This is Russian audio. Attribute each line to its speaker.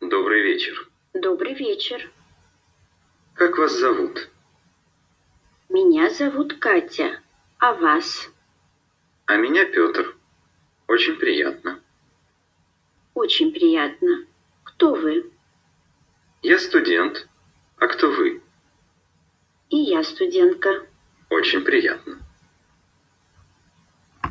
Speaker 1: Добрый вечер.
Speaker 2: Добрый вечер.
Speaker 1: Как вас зовут?
Speaker 2: Меня зовут Катя. А вас?
Speaker 1: А меня Петр. Очень приятно.
Speaker 2: Очень приятно. Кто вы?
Speaker 1: Я студент. А кто вы?
Speaker 2: И я студентка.
Speaker 1: Очень приятно.